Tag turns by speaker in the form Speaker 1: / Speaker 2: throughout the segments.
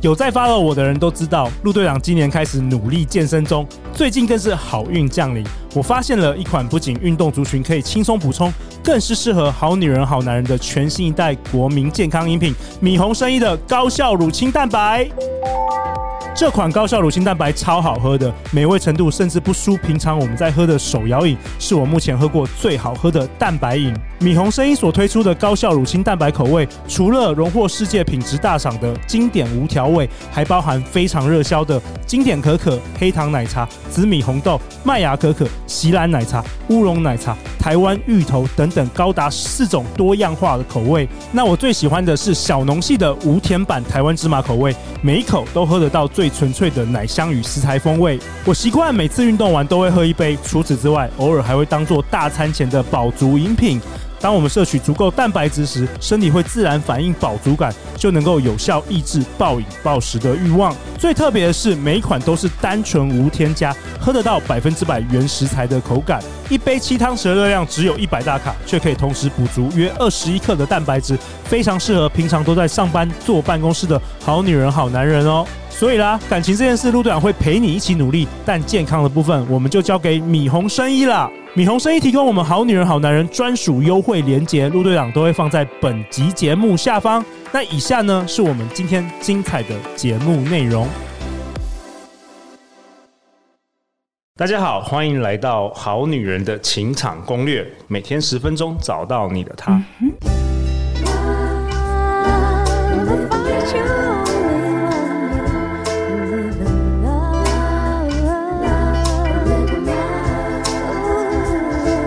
Speaker 1: 有在 follow 我的人都知道，陆队长今年开始努力健身中，最近更是好运降临。我发现了一款不仅运动族群可以轻松补充，更是适合好女人、好男人的全新一代国民健康饮品——米红生医的高效乳清蛋白。这款高效乳清蛋白超好喝的，美味程度甚至不输平常我们在喝的手摇饮，是我目前喝过最好喝的蛋白饮。米红生医所推出的高效乳清蛋白口味，除了荣获世界品质大赏的经典无调味，还包含非常热销的经典可可、黑糖奶茶、紫米红豆、麦芽可可、席兰奶茶、乌龙奶茶、台湾芋头等等高达四种多样化的口味。那我最喜欢的是小农系的无甜版台湾芝麻口味，每一口都喝得到最纯粹的奶香与食材风味。我习惯每次运动完都会喝一杯，除此之外，偶尔还会当做大餐前的饱足饮品。当我们摄取足够蛋白质时，身体会自然反应饱足感，就能够有效抑制暴饮暴食的欲望。最特别的是，每一款都是单纯无添加，喝得到百分之百原食材的口感。一杯七汤匙的热量只有一百大卡，却可以同时补足约二十一克的蛋白质，非常适合平常都在上班坐办公室的好女人、好男人哦。所以啦，感情这件事，陆队长会陪你一起努力，但健康的部分我们就交给米红生医啦。米红生意提供我们好女人、好男人专属优惠链接，陆队长都会放在本集节目下方。那以下呢是我们今天精彩的节目内容。大家好，欢迎来到《好女人的情场攻略》，每天十分钟，找到你的他。
Speaker 2: Love will find you only when you live in love. Live in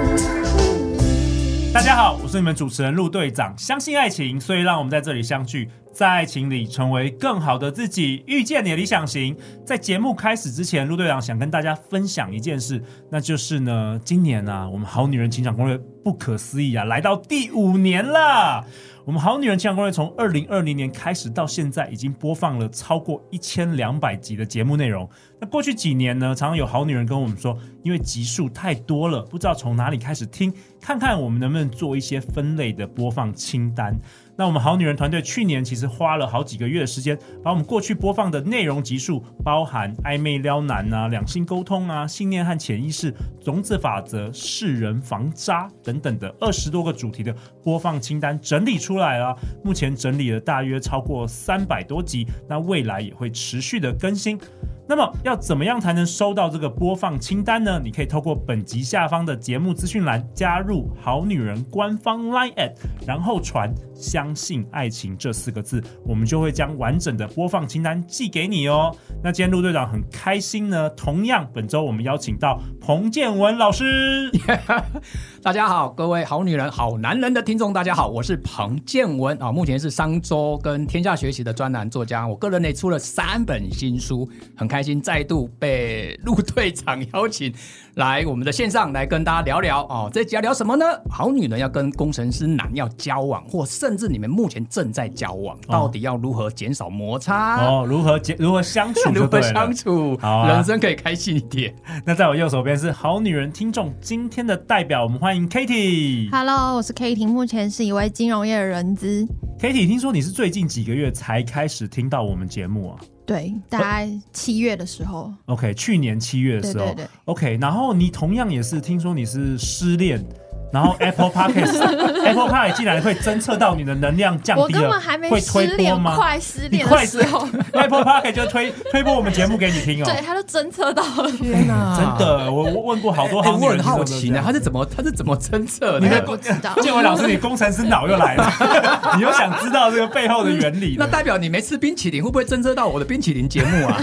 Speaker 2: love.
Speaker 1: 大家好，我是你们主持人陆队长。相信爱情，所以让我们在这里相聚，在爱情里成为更好的自己，遇见你的理想型。在节目开始之前，陆队长想跟大家分享一件事，那就是呢，今年啊，我们好女人情场攻略不可思议啊，来到第五年啦。我们好女人情场攻略从二零二零年开始到现在，已经播放了超过一千两百集的节目内容。那过去几年呢，常常有好女人跟我们说，因为集数太多了，不知道从哪里开始听，看看我们能不能做一些分类的播放清单。那我们好女人团队去年其实花了好几个月的时间，把我们过去播放的内容集数，包含暧昧撩男啊、两性沟通啊、信念和潜意识、种子法则、世人防渣等等的二十多个主题的播放清单整理出来了。目前整理了大约超过三百多集，那未来也会持续的更新。那么要怎么样才能收到这个播放清单呢？你可以透过本集下方的节目资讯栏加入“好女人”官方 Line at，然后传“相信爱情”这四个字，我们就会将完整的播放清单寄给你哦。那今天陆队长很开心呢，同样本周我们邀请到彭建文老 师。
Speaker 3: 大家好，各位好女人、好男人的听众，大家好，我是彭建文啊，目前是商周跟天下学习的专栏作家，我个人也出了三本新书，很开心再度被陆队长邀请来我们的线上来跟大家聊聊哦，这集要聊什么呢？好女人要跟工程师男要交往，或甚至你们目前正在交往，到底要如何减少摩擦？
Speaker 1: 哦，如何结如何相处
Speaker 3: 如
Speaker 1: 就对
Speaker 3: 何
Speaker 1: 了
Speaker 3: 相处，
Speaker 1: 好啊
Speaker 3: 人生可以开心一点。
Speaker 1: 那在我右手边是好女人听众今天的代表，我们欢迎 Kitty。
Speaker 4: Hello，我是 Katie，目前是一位金融业的人资。
Speaker 1: Kitty，听说你是最近几个月才开始听到我们节目啊？
Speaker 4: 对，大概七月的时候，
Speaker 1: OK，去年七月的时候
Speaker 4: 对对对
Speaker 1: o k 然后你同样也是听说你是失恋，然 后 Apple Podcast Apple Podcast 竟然会侦测到你的能量降
Speaker 4: 我
Speaker 1: 低
Speaker 4: 根
Speaker 1: 了，
Speaker 4: 本还没
Speaker 1: 会
Speaker 4: 失
Speaker 1: 推播
Speaker 4: 恋，
Speaker 1: 吗
Speaker 4: 快失恋的时候，
Speaker 1: ？Apple Podcast 就推推播我们节目给你听哦。
Speaker 4: 对，他就侦测到了。
Speaker 3: 天哪
Speaker 1: 真的，我我问过好多
Speaker 3: 哎
Speaker 1: 好女
Speaker 3: 我
Speaker 1: 人，
Speaker 3: 很好奇呢，他
Speaker 1: 他
Speaker 3: 是怎么他是怎么侦测的？
Speaker 1: 你的
Speaker 4: 不知道
Speaker 1: 建文老师，你工程师脑又来 了，你又想知道这个背后的原理了？
Speaker 3: 那代表你没吃冰淇淋，会不会侦测到我的冰淇淋节目 啊？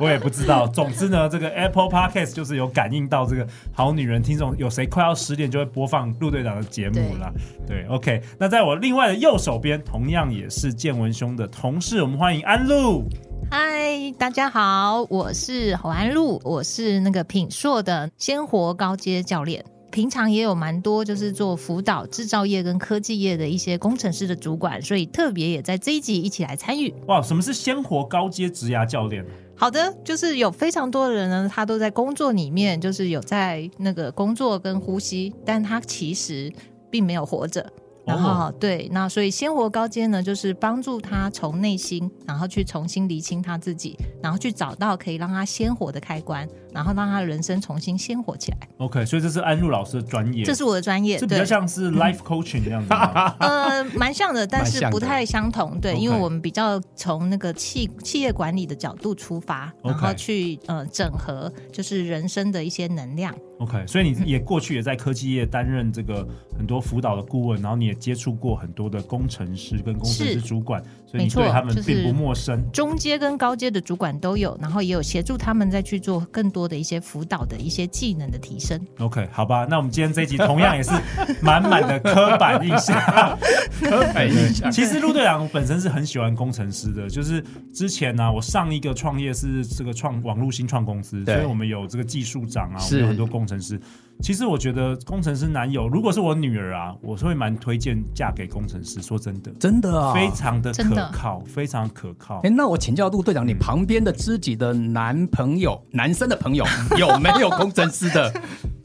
Speaker 1: 我也不知道。总之呢，这个 Apple Podcast 就是有感应到这个好女人听众，有谁快要十点就会播放陆队长的节目啦。对 o k 那在我另外的右手边，同样也是建文兄的同事，我们欢迎安陆。
Speaker 5: 嗨，大家好，我是侯安露，我是那个品硕的鲜活高阶教练。平常也有蛮多就是做辅导制造业跟科技业的一些工程师的主管，所以特别也在这一集一起来参与。
Speaker 1: 哇，什么是鲜活高阶职涯教练？啊
Speaker 5: 好的，就是有非常多的人呢，他都在工作里面，就是有在那个工作跟呼吸，但他其实并没有活着。然后、
Speaker 1: 哦
Speaker 5: 对，那所以鲜活高阶呢，就是帮助他从内心，然后去重新厘清他自己，然后去找到可以让他鲜活的开关，然后让他人生重新鲜活起来。
Speaker 1: OK，所以这是安陆老师的专业，
Speaker 5: 这是我的专业，
Speaker 1: 这比较
Speaker 5: 对，嗯
Speaker 1: 像是 life coaching 这样子吗。
Speaker 5: 呃，蛮像的，但
Speaker 3: 蛮
Speaker 5: 是
Speaker 3: 像
Speaker 5: 不
Speaker 3: 的
Speaker 5: 太相同。对，
Speaker 1: OK
Speaker 5: 因为我们比较从那个企企业管理的角度出发，然后
Speaker 1: OK
Speaker 5: 去呃整合就是人生的一些能量。
Speaker 1: OK，所以你也过去也在科技业担任这个很多辅导的顾问，然后你也接触过很多的工程师跟工程师
Speaker 5: 是
Speaker 1: 主管，所以你
Speaker 5: 没错
Speaker 1: 对他们
Speaker 5: 就是
Speaker 1: 并不陌生。
Speaker 5: 中阶跟高阶的主管都有，然后也有协助他们再去做更多的一些辅导的一些技能的提升。
Speaker 1: OK，好吧，那我们今天这一集同 样也是满满的刻板印象。
Speaker 3: 哎
Speaker 1: 其实陆队长本身是很喜欢工程师的，就是之前啊呢、我上一个创业是这个创网络新创公司，
Speaker 3: 对
Speaker 1: 所以我们有这个技术长啊，我
Speaker 3: 是
Speaker 1: 们有很多工程师。其实我觉得工程师男友，如果是我女儿啊，我是会蛮推荐嫁给工程师。说真的，
Speaker 3: 真的啊、
Speaker 1: 非常的
Speaker 5: 真
Speaker 1: 可
Speaker 5: 的
Speaker 1: 靠，非常可靠
Speaker 3: 哎、。那我请教陆队长，你旁边的知己的男 朋友、男生的朋友有没有工程师的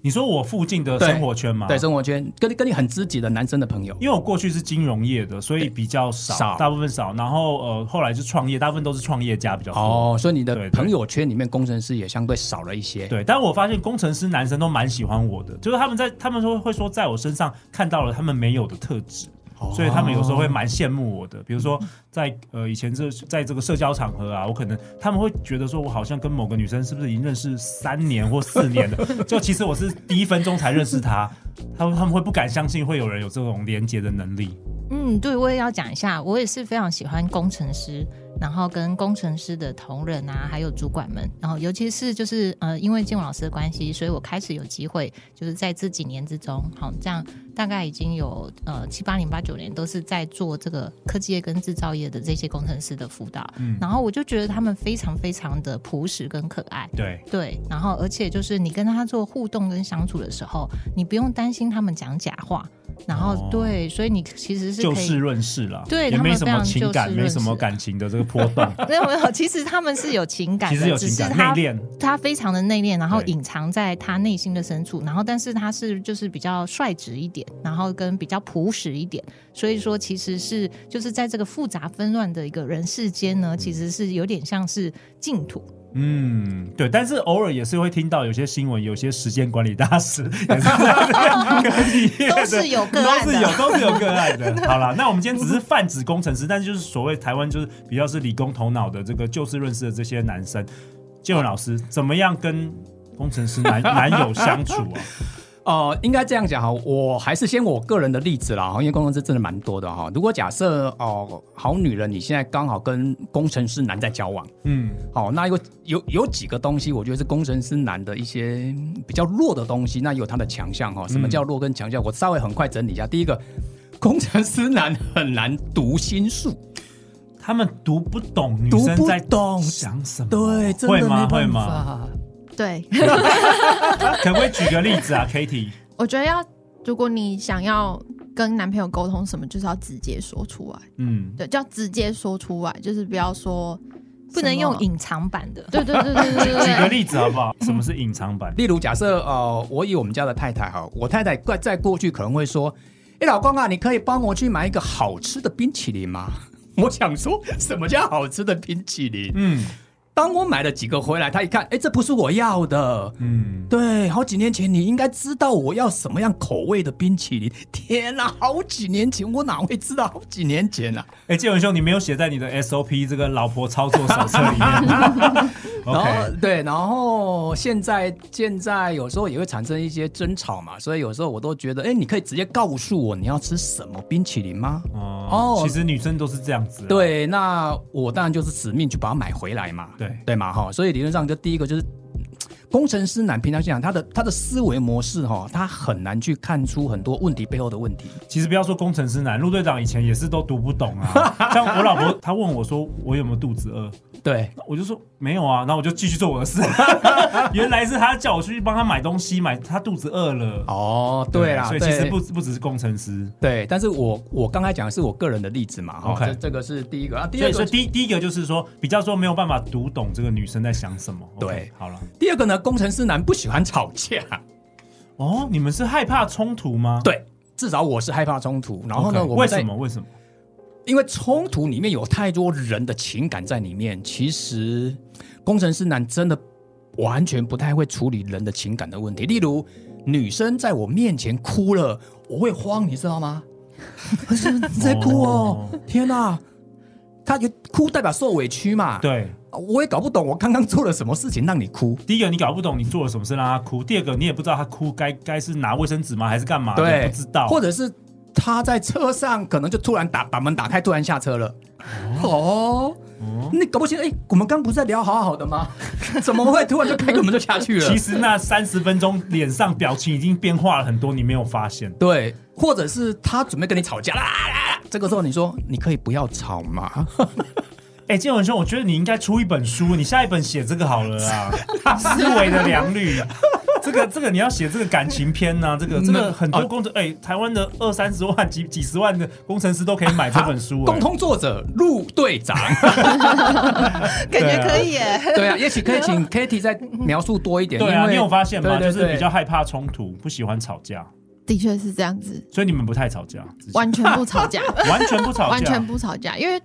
Speaker 1: 你说我附近的
Speaker 3: 对
Speaker 1: 生活圈吗？
Speaker 3: 对生活圈跟你跟你很知己的男生的朋友？
Speaker 1: 因为我过去是金融业的，所以比较少，
Speaker 3: 少
Speaker 1: 大部分少。然后呃，后来就创业，大部分都是创业家比较多。
Speaker 3: 哦，所以你
Speaker 1: 对
Speaker 3: 的
Speaker 1: 对
Speaker 3: 朋友圈里面工程师也相对少了一些。
Speaker 1: 对，但我发现工程师男生都蛮喜欢我的，就是他们在他们说会说在我身上看到了他们没有的特质，
Speaker 3: 哦，
Speaker 1: 所以他们有时候会蛮羡慕我的。比如说在呃以前这在这个社交场合啊，我可能他们会觉得说我好像跟某个女生是不是已经认识三年或四年 了，就其实我是第一分钟才认识她，他们他们会不敢相信会有人有这种连接的能力。
Speaker 5: 嗯，对，我也要讲一下，我也是非常喜欢工程师，然后跟工程师的同仁啊，还有主管们，然后尤其是就是呃，因为建文老师的关系，所以我开始有机会，就是在这几年之中，好，这样大概已经有呃七八年、八九年都是在做这个科技业跟制造业的这些工程师的辅导，
Speaker 1: 嗯
Speaker 5: 然后我就觉得他们非常非常的朴实跟可爱，
Speaker 1: 对，
Speaker 5: 对，然后而且就是你跟他做互动跟相处的时候，你不用担心他们讲假话，然后、
Speaker 1: 哦
Speaker 5: 对，所以你其实是
Speaker 1: 就
Speaker 5: 可以
Speaker 1: 事论事啦，
Speaker 5: 对
Speaker 1: 也
Speaker 5: 他们
Speaker 1: 没什
Speaker 5: 非
Speaker 1: 么
Speaker 5: 常
Speaker 1: 情感，
Speaker 5: 就事
Speaker 1: 没
Speaker 5: 论
Speaker 1: 什么
Speaker 5: 事
Speaker 1: 感情的这个波动，
Speaker 5: 没有没有，其实他们是有情 感
Speaker 1: 其
Speaker 5: 的，
Speaker 1: 实有
Speaker 5: 只
Speaker 1: 情
Speaker 5: 是
Speaker 1: 感
Speaker 5: 他
Speaker 1: 内敛。
Speaker 5: 他非常的内敛，然后
Speaker 1: 对
Speaker 5: 隐藏在他内心的深处，然后但是他是就是比较率直一点，然后跟比较朴实一点，所以说其实是就是在这个复杂纷乱的一个人世间呢，其实是有点像是净 土。
Speaker 1: 嗯，对，但是偶尔也是会听到有些新闻，有些时间管理大师也是这样 科技业的
Speaker 5: 都是有个
Speaker 1: 都
Speaker 5: 案的
Speaker 1: 是有都是有个案的。好啦，那我们今天只是泛指工程师，但是就是所谓台湾就是比较是理工头脑的这个就事论事的这些男生，建文老师怎么样跟工程师男男友相处啊？
Speaker 3: 呃，应该这样讲哈，我还是先我个人的例子啦，因为工程师真的蛮多的哈。如果假设哦、好女人你现在刚好跟工程师男在交往，
Speaker 1: 嗯，
Speaker 3: 好，那有有有几个东西，我觉得是工程师男的一些嗯比较弱的东西，那有他的强项哈。什么叫弱跟强项？我稍微很快整理一下。第一个，工程师男很难读心术，
Speaker 1: 他们读不懂女
Speaker 3: 读
Speaker 1: 生
Speaker 3: 不
Speaker 1: 在
Speaker 3: 懂
Speaker 1: 想什么，
Speaker 3: 对，真的
Speaker 1: 会吗？
Speaker 3: 没
Speaker 1: 会
Speaker 3: 办
Speaker 1: 吗？
Speaker 3: 法？
Speaker 4: 对，
Speaker 1: 可不可以举个例子啊，Kitty？
Speaker 4: 我觉得要，如果你想要跟男朋友沟通什么，就是要直接说出来，
Speaker 1: 嗯，
Speaker 4: 对，就要直接说出来，就是不要说
Speaker 5: 不能
Speaker 4: 什么
Speaker 5: 用。隐藏版的，
Speaker 4: 对对对对 对啊
Speaker 1: 举个
Speaker 4: 对对，
Speaker 1: 例子好不好？什么是隐藏版？
Speaker 3: 例如，假设呃，我以我们家的太太哈，我太太在在过去可能会说：“哎、老公啊，你可以帮我去买一个好吃的冰淇淋吗？” 我想说什么叫好吃的冰淇淋？
Speaker 1: 嗯
Speaker 3: 当我买了几个回来，她一看，哎、这不是我要的。
Speaker 1: 嗯。
Speaker 3: 对，好几年前你应该知道我要什么样口味的冰淇淋。天哪、好几年前我哪会知道？好几年前啊！
Speaker 1: 哎、建文兄，你没有写在你的 SOP 这个老婆操作手册里面。
Speaker 3: 然后
Speaker 1: OK，
Speaker 3: 对，然后现在现在有时候也会产生一些争吵嘛，所以有时候我都觉得，哎，你可以直接告诉我你要吃什么冰淇淋吗？
Speaker 1: 哦
Speaker 3: 哦，
Speaker 1: 其实女生都是这样子。，啊
Speaker 3: 对，那我当然就是死命去把它买回来嘛，
Speaker 1: 对
Speaker 3: 对嘛哈，所以理论上就第一个就是。工程师男平常讲他的他的思维模式哈、他很难去看出很多问题背后的问题。
Speaker 1: 其实不要说工程师男，陆队长以前也是都读不懂 啊。像我老婆，她问我说我有没有肚子饿，
Speaker 3: 对，
Speaker 1: 我就说没有啊，然后我就继续做我的事。 原来是她叫我去帮她买东西，买她肚子饿了。
Speaker 3: 哦，对啦，
Speaker 1: 所以其实
Speaker 3: 对
Speaker 1: 不不只是工程师。
Speaker 3: 对，但是我我刚才讲的是我个人的例子嘛，哈、
Speaker 1: OK
Speaker 3: 这这个是第一个啊，第
Speaker 1: 所
Speaker 3: 二
Speaker 1: 以说
Speaker 3: 个
Speaker 1: 第第一个就是说，比较说没有办法读懂这个女生在想什么。OK，
Speaker 3: 对
Speaker 1: 好了。
Speaker 3: 第二个呢，工程师男不喜欢吵架，
Speaker 1: 哦，你们是害怕冲突吗？
Speaker 3: 对，至少我是害怕冲突。然后呢
Speaker 1: OK，
Speaker 3: 哦我
Speaker 1: 为
Speaker 3: 们在
Speaker 1: 什么？为什么？
Speaker 3: 因为冲突里面有太多人的情感在里面，其实工程师男真的完全不太会处理人的情感的问题。例如，女生在我面前哭了，我会慌，你知 道吗？我说你在哭哦，天哪、她有哭代表受委屈嘛？，
Speaker 1: 对，
Speaker 3: 我也搞不懂我刚刚做了什么事情让你哭。
Speaker 1: 第一个你搞不懂你做了什么事让他哭，第二个你也不知道他哭该该是拿卫生纸吗，还是干嘛的？
Speaker 3: 对，
Speaker 1: 不知道。
Speaker 3: 或
Speaker 1: 者
Speaker 3: 者是他在车上可能就突然打把门打开，突然下车了。哦，你搞不清哎、我们刚不是在聊好好的吗？ 怎么会突然就开个门就下去了
Speaker 1: 其？实那三十分钟脸上表情已经变化了很多，你没有发现。
Speaker 3: 对，或者是他准备跟你吵架啦啦啦这个时候你说你可以不要吵嘛？
Speaker 1: 哎，建文兄，我觉得你应该出一本书，你下一本写这个好了 啦，思维的良率。这个这个你要写这个感情篇呐、这个这
Speaker 3: 嗯
Speaker 1: 个很
Speaker 3: 哦
Speaker 1: 多工程哎、台湾的二三十万几几十万的工程师都可以买这本
Speaker 4: 啊
Speaker 1: 书、哎
Speaker 3: 共同作者陆 队长，
Speaker 5: 感觉可以耶。
Speaker 3: 对啊，也许可以请 Kitty 再描述多一点。
Speaker 1: 对
Speaker 3: 因
Speaker 1: 啊，
Speaker 3: 为
Speaker 1: 你有发现吗？
Speaker 3: 对对
Speaker 1: 就是
Speaker 3: 对
Speaker 1: 比较害怕冲突，不喜欢吵架，
Speaker 4: 的确是这样子，
Speaker 1: 所以你们不太吵架，之前
Speaker 4: 完全不吵架，
Speaker 1: 完全不吵架，
Speaker 4: 完全不吵架，因为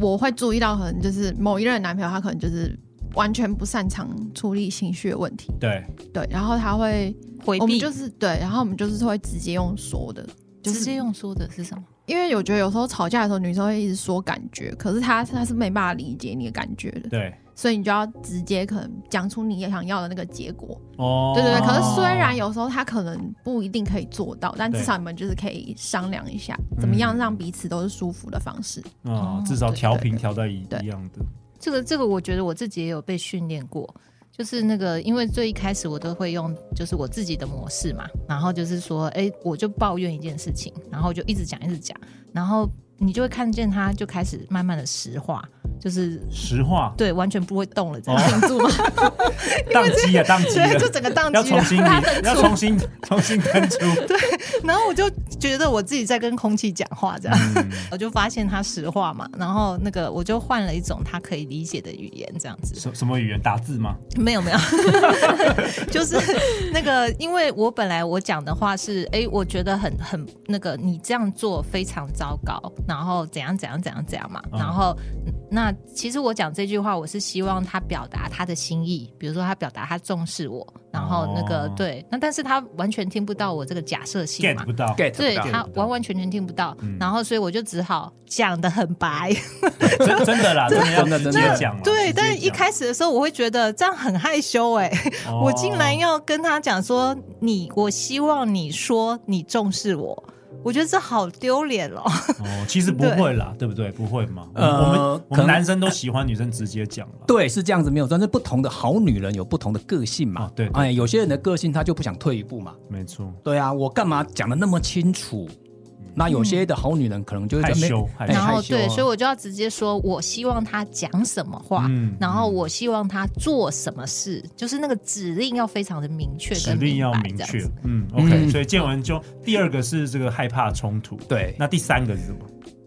Speaker 4: 我会注意到，可能就是某一任男朋友他可能就是完全不擅长处理情绪的问题，
Speaker 1: 对，
Speaker 4: 对，然后他会，
Speaker 5: 回
Speaker 4: 我们
Speaker 5: 避
Speaker 4: 就是对，然后我们就是会直接用说的，就
Speaker 5: 直
Speaker 4: 是
Speaker 5: 接用说的是什么？
Speaker 4: 因为我觉得有时候吵架的时候，女生会一直说感觉，可是她她是没办法理解你的感觉的，
Speaker 1: 对，
Speaker 4: 所以你就要直接可能讲出你也想要的那个结果。
Speaker 1: 哦，
Speaker 4: 对对对，可是虽然有时候她可能不一定可以做到，但至少你们就是可以商量一下，
Speaker 1: 嗯
Speaker 4: 怎么样让彼此都是舒服的方式。
Speaker 1: 啊、至少
Speaker 4: 哦对
Speaker 1: 调
Speaker 4: 对
Speaker 1: 频
Speaker 4: 对
Speaker 1: 调在一
Speaker 4: 对
Speaker 1: 一样的，
Speaker 5: 这个这个，我觉得我自己也有被训练过，就是那个，因为最一开始我都会用就是我自己的模式嘛，然后就是说，哎，我就抱怨一件事情，然后就一直讲一直讲，然后你就会看见他就开始慢慢的石化，就是
Speaker 1: 实话，
Speaker 5: 对，完全不会动了这样。
Speaker 1: 哦，
Speaker 4: 住吗？
Speaker 1: 宕机了，啊宕 机
Speaker 5: 对， 就
Speaker 1: 了。
Speaker 5: 整个宕
Speaker 1: 要
Speaker 5: 机
Speaker 1: 重
Speaker 5: 了
Speaker 1: 新，理，要重新重新登出。
Speaker 5: 然后我就觉得我自己在跟空气讲话，这样，
Speaker 1: 嗯
Speaker 5: 我就发现他石化嘛，然后那个我就换了一种他可以理解的语言，这样子。
Speaker 1: 什什么语言？打字吗？
Speaker 5: 没有没有，就是那个，因为我本来我讲的话是，哎、我觉得很很那个，你这样做非常糟糕，然后怎样怎样怎样怎样嘛，
Speaker 1: 嗯
Speaker 5: 然后那其实我讲这句话，我是希望他表达他的心意，比如说他表达他重视我，然后那个、
Speaker 1: 哦
Speaker 5: 对，那但是他完全听不到我这个假设性
Speaker 1: get
Speaker 5: 嘛
Speaker 1: 不。到
Speaker 3: get
Speaker 5: 对
Speaker 3: 不到
Speaker 5: 他完完全全听不到，
Speaker 1: 嗯
Speaker 5: 然后所以我就只好讲的很白，
Speaker 1: 真真的啦，真的要
Speaker 3: 真的
Speaker 1: 直
Speaker 3: 真
Speaker 1: 接
Speaker 3: 的
Speaker 1: 讲了。
Speaker 5: 对。
Speaker 1: 直接
Speaker 5: 但是一
Speaker 1: 讲哦
Speaker 5: 开始的时候，我会觉得这样很害羞哎、我竟然要跟他讲说，你，我希望你说你重视我，我觉得这好丢脸哦。
Speaker 1: 哦，其实不会啦，对不对？不会嘛。我们我
Speaker 3: 呃
Speaker 1: 们我
Speaker 3: 可
Speaker 1: 们
Speaker 3: 能
Speaker 1: 男生都喜欢女生直接讲了。
Speaker 3: 对，是这样子没有错，但是不同的好女人有不同的个性嘛。
Speaker 1: 哦对对
Speaker 3: 哎，有些人的个性他就不想退一步嘛。
Speaker 1: 没错，
Speaker 3: 对啊，我干嘛讲的那么清楚？那有些的好女人可能就会
Speaker 1: 嗯害
Speaker 3: 在那
Speaker 1: 羞害
Speaker 3: 哎
Speaker 1: 羞
Speaker 5: 然后
Speaker 3: 害羞啊
Speaker 5: 对，所以我就要直接说，我希望他讲什么话，
Speaker 1: 嗯
Speaker 5: 然后我希望他做什么事，就是那个指令要非常的明确
Speaker 1: 指
Speaker 5: 跟
Speaker 1: 令要
Speaker 5: 白
Speaker 1: 明
Speaker 5: 这样
Speaker 1: 确
Speaker 5: 子。
Speaker 1: 嗯，OK。
Speaker 3: 嗯
Speaker 1: 所以建文就第二个是这个害怕冲突，
Speaker 3: 对
Speaker 1: 那第三个是什么？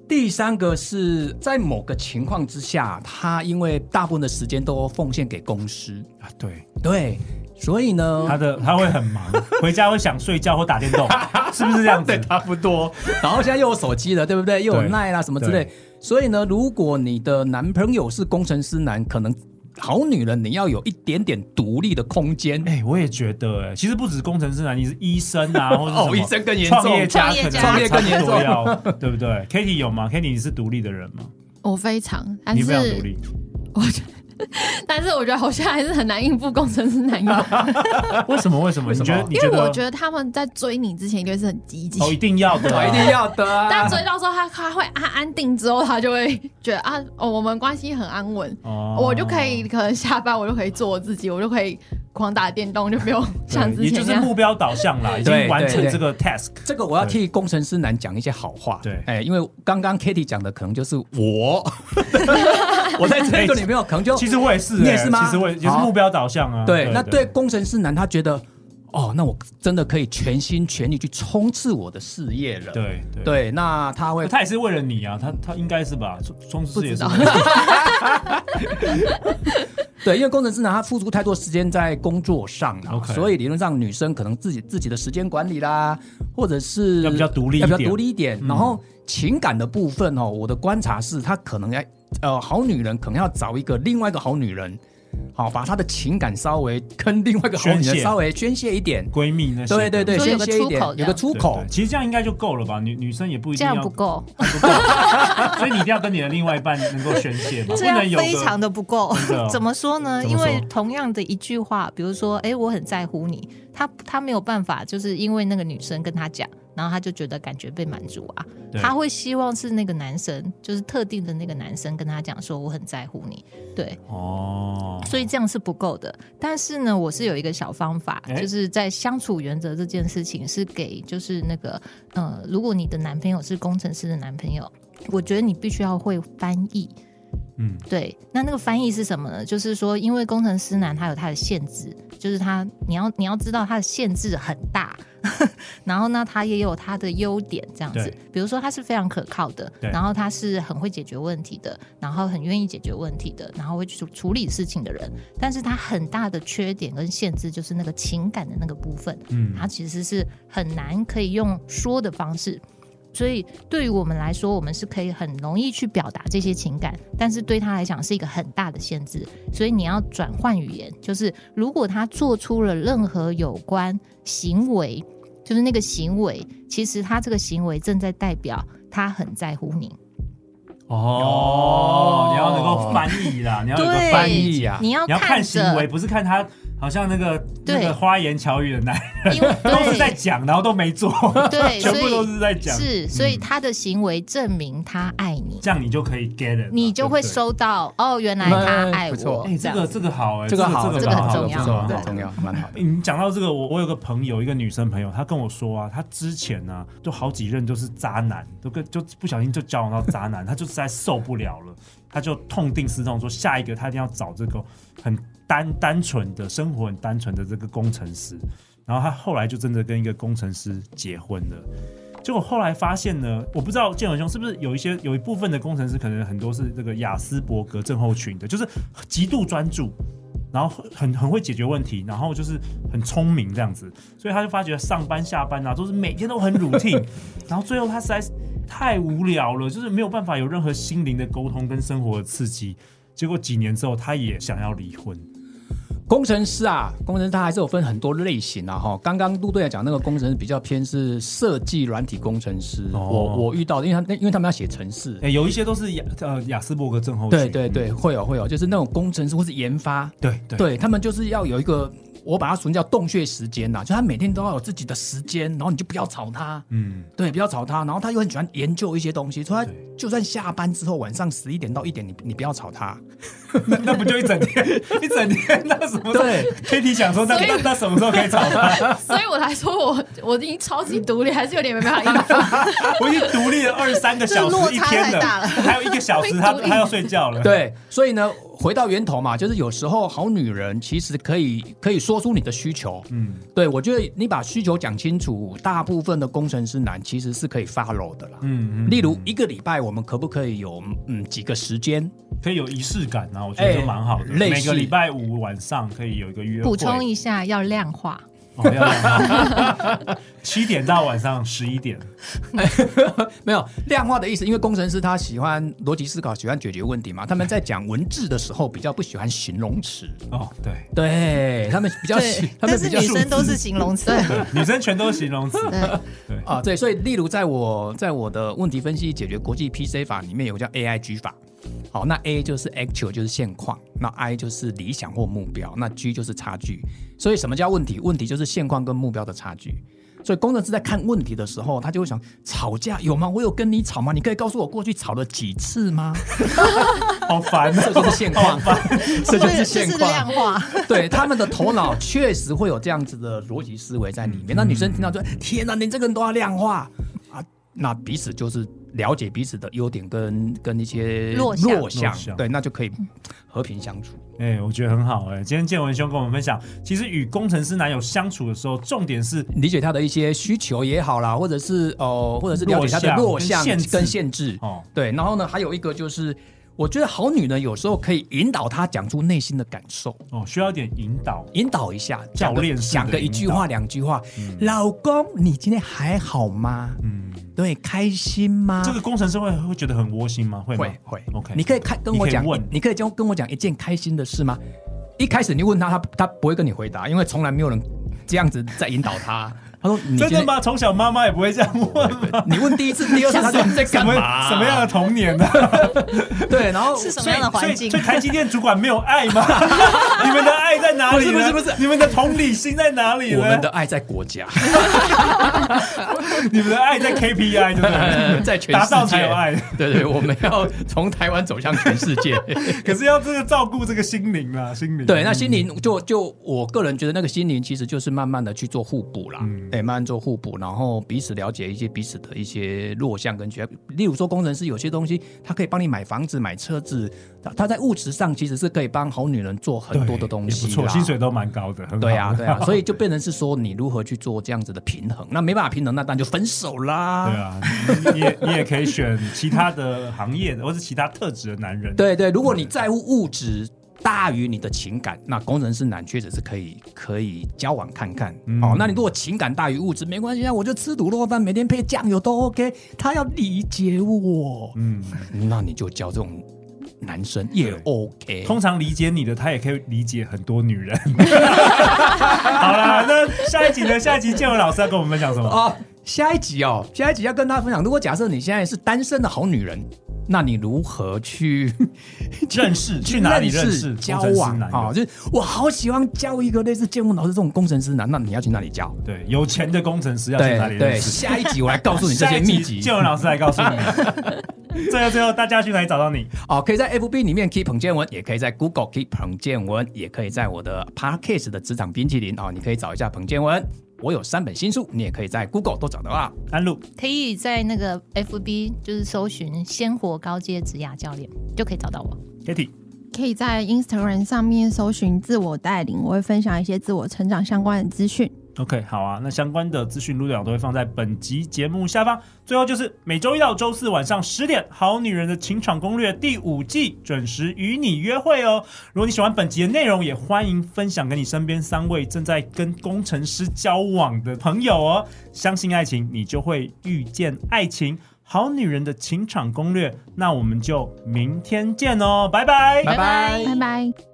Speaker 3: 第三个是在某个情况之下，他因为大部分的时间都奉献给公司，
Speaker 1: 啊，对，
Speaker 3: 对，所以 呢，
Speaker 1: 他的他会很忙，回家会想睡觉或打电 动，是不是这样子？
Speaker 3: 差不多。然后现在又有手机了，对不对？又有
Speaker 1: 对
Speaker 3: 奈啦、什么之类
Speaker 1: 对。
Speaker 3: 所以呢，如果你的男朋友是工程师男，可能好女人你要有一点点独立的空间。
Speaker 1: 哎、我也觉得、哎，其实不止工程师啊，你是医生啊，或者是什么
Speaker 3: 哦医生更严重
Speaker 1: 创业家
Speaker 5: 创
Speaker 1: 可
Speaker 5: 业
Speaker 1: 能
Speaker 5: 家
Speaker 1: 也
Speaker 3: 创业
Speaker 1: 差不
Speaker 3: 更
Speaker 1: 多
Speaker 3: 严
Speaker 1: 要，对不对？Kitty 有吗？Kitty 你是独立的人吗？
Speaker 4: 我非常，但
Speaker 1: 你
Speaker 4: 是
Speaker 1: 非常独立，
Speaker 4: 但是我觉得我现在还是很难应付工程师男友，
Speaker 1: 为什么？为什么？
Speaker 3: 为
Speaker 1: 你
Speaker 3: 什么
Speaker 1: 觉啊得？你
Speaker 4: 因为我觉
Speaker 1: 得？
Speaker 4: 得他们在追你之前一定是很积极。
Speaker 1: 哦，一定要的、
Speaker 3: 我
Speaker 1: 啊，
Speaker 3: 一定要的啊、
Speaker 4: 但追到时候他他会安安定之后，他就会觉得啊，哦，我们关系很安稳，
Speaker 1: 哦
Speaker 4: 我就可以可能下班我就可以做我自己，我就可以狂打电动，就不用像
Speaker 1: 对
Speaker 4: 之
Speaker 1: 你就
Speaker 4: 前那
Speaker 1: 是
Speaker 4: 样。
Speaker 1: 目标导向啦，已经
Speaker 3: 对
Speaker 1: 完成
Speaker 3: 对对
Speaker 1: 这个 task。
Speaker 3: 这个我要替工程师男讲一些好话。
Speaker 1: 对
Speaker 3: 哎，因为刚刚 Kitty 讲的可能就是 我，我在这个里面有可能就
Speaker 1: 其实我也是、哎
Speaker 3: 你也是吗
Speaker 1: 其实我也也是
Speaker 3: 好
Speaker 1: 目标导向啊。
Speaker 3: 对，那对工程师男他觉得，哦，那我真的可以全心全力去冲刺我的事业了。
Speaker 1: 对对
Speaker 3: 对，那他会
Speaker 1: 他也是为了你啊，他他应该是吧，充充实
Speaker 4: 不
Speaker 1: 也
Speaker 4: 知
Speaker 1: 是
Speaker 4: 道
Speaker 1: 为了你。
Speaker 3: 对，因为工程师呢，他付出太多时间在工作上啦
Speaker 1: OK
Speaker 3: 所以理论上女生可能自己自己的时间管理啦，或者是
Speaker 1: 要比较独立一
Speaker 3: 要
Speaker 1: 点
Speaker 3: 比较独立一点。然后情感的部分哦，我的观察是，她可能要呃，好女人可能要找一个另外一个好女人，好、把她的情感稍微跟另外一个好女
Speaker 1: 宣
Speaker 3: 人
Speaker 1: 泄
Speaker 3: 稍微宣泄一点。
Speaker 1: 闺蜜那些
Speaker 3: 对对对，
Speaker 5: 说有
Speaker 3: 宣
Speaker 5: 个
Speaker 3: 泄一点
Speaker 5: 出口，这
Speaker 3: 有
Speaker 5: 样
Speaker 3: 个出
Speaker 1: 对
Speaker 3: 口
Speaker 1: 对。其实这样应该就够了吧？女女生也不一
Speaker 5: 这
Speaker 1: 定要
Speaker 5: 样不够，
Speaker 1: 不够， 所以你一定要跟你的另外一半能够宣泄嘛，不
Speaker 5: 这样
Speaker 1: 能有
Speaker 5: 非常
Speaker 1: 个
Speaker 5: 的不够
Speaker 1: 真的。
Speaker 5: 怎么说
Speaker 1: 嗯
Speaker 5: 呢？
Speaker 1: 怎么
Speaker 5: 因
Speaker 1: 说
Speaker 5: 为同样的一句话，比如说，哎，我很在乎你，他他没有办法，就是因为那个女生跟他讲，然后他就觉得感觉被满足啊。
Speaker 1: 对
Speaker 5: 他会希望是那个男生，就是特定的那个男生跟他讲说，我很在乎你。对，
Speaker 1: 哦，
Speaker 5: 所以这样是不够的。但是呢，我是有一个小方法，
Speaker 1: 诶
Speaker 5: 就是在相处原则这件事情，是给就是那个呃，如果你的男朋友是工程师的男朋友，我觉得你必须要会翻译。
Speaker 1: 嗯，
Speaker 5: 对，那那个翻译是什么呢？就是说，因为工程师男他有他的限制，就是他你要你要知道他的限制很大， 然后呢，他也有他的优点，这样子
Speaker 1: 对。
Speaker 5: 比如说他是非常可靠的，
Speaker 1: 对
Speaker 5: 然后他是很会解决问题的，然后很愿意解决问题的，然后会去处处理事情的人。但是他很大的缺点跟限制就是那个情感的那个部分，
Speaker 1: 嗯
Speaker 5: 他其实是很难可以用说的方式。所以对于我们来说，我们是可以很容易去表达这些情感，但是对他来讲是一个很大的限制。所以你要转换语言，就是如果他做出了任何有关行为，就是那个行为，其实他这个行为正在代表他很在乎你。
Speaker 1: 哦，你要能够翻译啦，你要有个
Speaker 5: 对
Speaker 1: 翻
Speaker 3: 翻
Speaker 1: 译，
Speaker 3: 译啊，
Speaker 5: 你要
Speaker 1: 你要看
Speaker 5: 看
Speaker 1: 行为，
Speaker 5: 着，
Speaker 1: 不是看他好像那个
Speaker 5: 对
Speaker 1: 那个花言巧语的男，
Speaker 5: 因为
Speaker 1: 都是在
Speaker 5: 对
Speaker 1: 讲，然后都没做，
Speaker 5: 对，
Speaker 1: 全
Speaker 5: 所
Speaker 1: 部都
Speaker 5: 以
Speaker 1: 是在讲，嗯
Speaker 5: 是，所以他的行为证明他爱你，
Speaker 1: 这样你就可以 get it，嘛
Speaker 5: 你就会
Speaker 1: 对不对
Speaker 5: 收到哦，原来他爱
Speaker 3: 不错
Speaker 5: 我
Speaker 1: 哎，。
Speaker 5: 这
Speaker 1: 这
Speaker 5: 样
Speaker 1: 个这个好哎，
Speaker 3: 这个好，
Speaker 5: 这个
Speaker 3: 好
Speaker 5: 很
Speaker 3: 这
Speaker 5: 重
Speaker 3: 个
Speaker 5: 要
Speaker 3: 不错
Speaker 1: 对
Speaker 3: 很重要，蛮好的。
Speaker 1: 欸你讲到这个，我我有个朋友，一个女生朋友，她跟我说啊，她之前呢、就好几任都是渣男，都跟就不小心就交往到渣男，她就实在受不了了，她就痛定思痛，说下一个她一定要找这个很单单纯的生活很单纯的这个工程师。然后她后来就真的跟一个工程师结婚了。结果后来发现呢，我不知道建文兄是不是有一些有一部分的工程师，可能很多是这个雅斯伯格症候群的，就是极度专注，然后很很会解决问题，然后就是很聪明这样子，所以他就发觉上班下班啊，都是每天都很 routine，然 后最后他实在是太无聊了，就是没有办法有任何心灵的沟通跟生活的刺激。结果几年之后，他也想要离婚，
Speaker 3: 工程师啊，工程师他还是有分很多类型啊哈。刚刚陆队长讲那个工程师比较偏是设计软体工程师，
Speaker 1: 哦
Speaker 3: 我我遇到的，因为他因为他们要写程式，
Speaker 1: 哎、有一些都是雅呃雅斯伯格症候群，
Speaker 3: 对对对，会有会有，就是那种工程师或是研发，
Speaker 1: 对对
Speaker 3: 对他们就是要有一个，我把它俗称叫洞穴时间啊呐、就他每天都要有自己的时间，然后你就不要吵他，
Speaker 1: 嗯，
Speaker 3: 对，不要吵他，然后他又很喜欢研究一些东西，所以他
Speaker 1: 对
Speaker 3: 就算下班之后晚上十一点到一点，你你不要吵他，
Speaker 1: 那那不就一整天一整天？那什么时候
Speaker 3: 对
Speaker 1: ？Kitty 想说那
Speaker 4: 所以
Speaker 1: 那那什么时候可以吵他？
Speaker 4: 所以我才说我我已经超级独立，还是有点没办法应付。
Speaker 1: 我已经独立了二三个小时一天
Speaker 5: 这落差太大
Speaker 1: 了，
Speaker 5: 了
Speaker 1: 还有一个小时他他要睡觉 了，
Speaker 3: 对，所以呢，回到源头嘛，就是有时候好女人其实可以可以说出你的需求，
Speaker 1: 嗯。
Speaker 3: 对我觉得你把需求讲清楚，大部分的工程师男其实是可以 follow 的啦。
Speaker 1: 嗯嗯
Speaker 3: 例如一个礼拜，我们可不可以有嗯几个时间？
Speaker 1: 可以有仪式感啊，我觉得就蛮好的。
Speaker 3: 哎类似
Speaker 1: 每个礼拜五晚上可以有一个约会，
Speaker 5: 补充一下，要量化。
Speaker 1: 哦，要要 七点到晚上十一点，
Speaker 3: 没有量化的意思，因为工程师他喜欢逻辑思考，喜欢解决问题嘛。他们在讲文字的时候比较不喜欢形容词，
Speaker 1: 哦，对，
Speaker 3: 对他们比较喜，他们比
Speaker 5: 但是
Speaker 3: 较
Speaker 5: 女
Speaker 3: 喜
Speaker 5: 生都是形容词。
Speaker 1: 女生全都是形容词，
Speaker 3: 啊，对，所以例如在我在我的问题分析解决国际 PC 法里面有个叫 AIG 法，好，那 A 就是 actual 就是现况，那 I 就是理想或目标，那 G 就是差距。所以什么叫问题？问题就是现况跟目标的差距。所以工程师在看问题的时候，他就会想：吵架有吗？我有跟你吵吗？你可以告诉我过去吵了几次吗？
Speaker 1: 好烦
Speaker 3: 这就
Speaker 1: 哦。
Speaker 3: 是现况，这就是现
Speaker 5: 这是
Speaker 3: 况。
Speaker 5: 量化，
Speaker 3: 对，他们的头脑确实会有这样子的逻辑思维在里
Speaker 5: 嗯
Speaker 3: 面。那女生听到就天哪，连这个人都要量化啊！那彼此就是了解彼此的优点跟跟一些
Speaker 5: 弱项
Speaker 1: 弱项
Speaker 3: 对，那就可以和平相处。
Speaker 1: 哎、我觉得很好哎、今天建文兄跟我们分享，其实与工程师男友相处的时候，重点是
Speaker 3: 理解他的一些需求也好啦，或者是哦、呃或者是了解他的
Speaker 1: 弱
Speaker 3: 弱
Speaker 1: 项
Speaker 3: 项
Speaker 1: 跟限制
Speaker 3: 跟限制。
Speaker 1: 哦，
Speaker 3: 对，然后呢，还有一个就是我觉得好女人有时候可以引导她讲出内心的感受，
Speaker 1: 哦，需要一点引导。
Speaker 3: 引导一下，
Speaker 1: 教练式的
Speaker 3: 讲个讲个一句
Speaker 1: 引
Speaker 3: 话
Speaker 1: 导
Speaker 3: 两句话，老公，你今天还好吗？
Speaker 1: 嗯，
Speaker 3: 对，开心吗？
Speaker 1: 这个工程师会会觉得很窝心吗？会吗
Speaker 3: 会会
Speaker 1: OK，
Speaker 3: 你可以开跟我讲
Speaker 1: 你可以问，
Speaker 3: 你可以跟跟我讲一件开心的事吗？一开始你问他，他他不会跟你回答，因为从来没有人这样子在引导 他。他说：“你
Speaker 1: 真
Speaker 3: 今
Speaker 1: 的
Speaker 3: 天？
Speaker 1: 吗？从小妈妈也不会这样问吗？
Speaker 3: 你问第 一次、第二次，他就你在
Speaker 1: 什
Speaker 3: 干
Speaker 1: 么
Speaker 3: 嘛？啊
Speaker 1: 什么样的童年呢、
Speaker 3: 对，然后
Speaker 5: 是什么样的
Speaker 1: 所以
Speaker 5: 环境
Speaker 1: 所以？台积电主管没有爱 吗？你们的爱在哪里呢？
Speaker 3: 不是不是不
Speaker 1: 你们的同理心在哪里呢？
Speaker 3: 我们的爱在国 家，
Speaker 1: 你们的爱在 KPI 对不对？
Speaker 3: 在全
Speaker 1: 达
Speaker 3: 世
Speaker 1: 到才
Speaker 3: 界
Speaker 1: 有爱，
Speaker 3: 对对，我们要从台湾走向全世界。
Speaker 1: 可是要这个照顾这个心灵啦，心灵。嗯
Speaker 3: 对，那心灵就就我个人觉得，那个心灵其实就是慢慢的去做互补啦，
Speaker 1: 嗯
Speaker 3: 对，慢慢做互补，然后彼此了解一些彼此的一些弱项跟缺，例如说工程师有些东西，他可以帮你买房子、买车子，他他在物质上其实是可以帮好女人做很多的东西
Speaker 1: 也
Speaker 3: 啦，
Speaker 1: 不错，薪水都蛮高的，很好
Speaker 3: 对啊，对啊，所以就变成是说你如何去做这样子的平衡，那没办法平衡，那当然就分手啦。
Speaker 1: 对啊，你 你也你也可以选其他的行业的，或是其他特质的男人。
Speaker 3: 对对，如果你在乎物质大于你的情感，那工程师男确实是可以可以交往看看、
Speaker 1: 嗯
Speaker 3: 哦。那你如果情感大于物质，没关系啊，我就吃卤肉饭，每天配酱油都 OK。他要理解我，
Speaker 1: 嗯，
Speaker 3: 那你就交这种男生也 OK。
Speaker 1: 通常理解你的，他也可以理解很多女人。好啦，那下一集呢？下一集建文老师要跟我们分享什么？
Speaker 3: 哦，下一集哦，下一集要跟大家分享，如果假设你现在是单身的好女人，那你如何去
Speaker 1: 认识 去哪里认识
Speaker 3: 识、交
Speaker 1: 工程师
Speaker 3: 往
Speaker 1: 男友
Speaker 3: 啊、哦？就是我好喜欢交一个类似建文老师这种工程师男，那你要去哪里交？
Speaker 1: 对，有钱的工程师要去哪里
Speaker 3: 对
Speaker 1: 认
Speaker 3: 对，
Speaker 1: 识？
Speaker 3: 下一集我来告诉你这些秘 籍
Speaker 1: 建文老师来告诉你。 最后最后，大家去哪里找到你？
Speaker 3: 哦，可以在 FB 里面 keep 彭建文，也可以在 Google keep 彭建文，也可以在我的 Podcast 的职场冰淇淋哦，你可以找一下彭建文。我有三本新书，你也可以在 Google 都找得到。啊
Speaker 1: 安陆，
Speaker 5: 可以 E 在那个 FB 就是搜寻“鲜活高阶职涯教练”就可以找到我。
Speaker 1: Kitty，
Speaker 4: 可以在 Instagram 上面搜寻自我带领，我会分享一些自我成长相关的资讯。
Speaker 1: OK，好啊，那相关的资讯、录两都会放在本集节目下方。最后就是每周一到周四晚上十点，《好女人的情场攻略》第五季准时与你约会哦。如果你喜欢本集的内容，也欢迎分享给你身边三位正在跟工程师交往的朋友哦。相信爱情，你就会遇见爱情。好女人的情场攻略，那我们就明天见哦，拜拜。
Speaker 5: 拜
Speaker 4: 拜拜。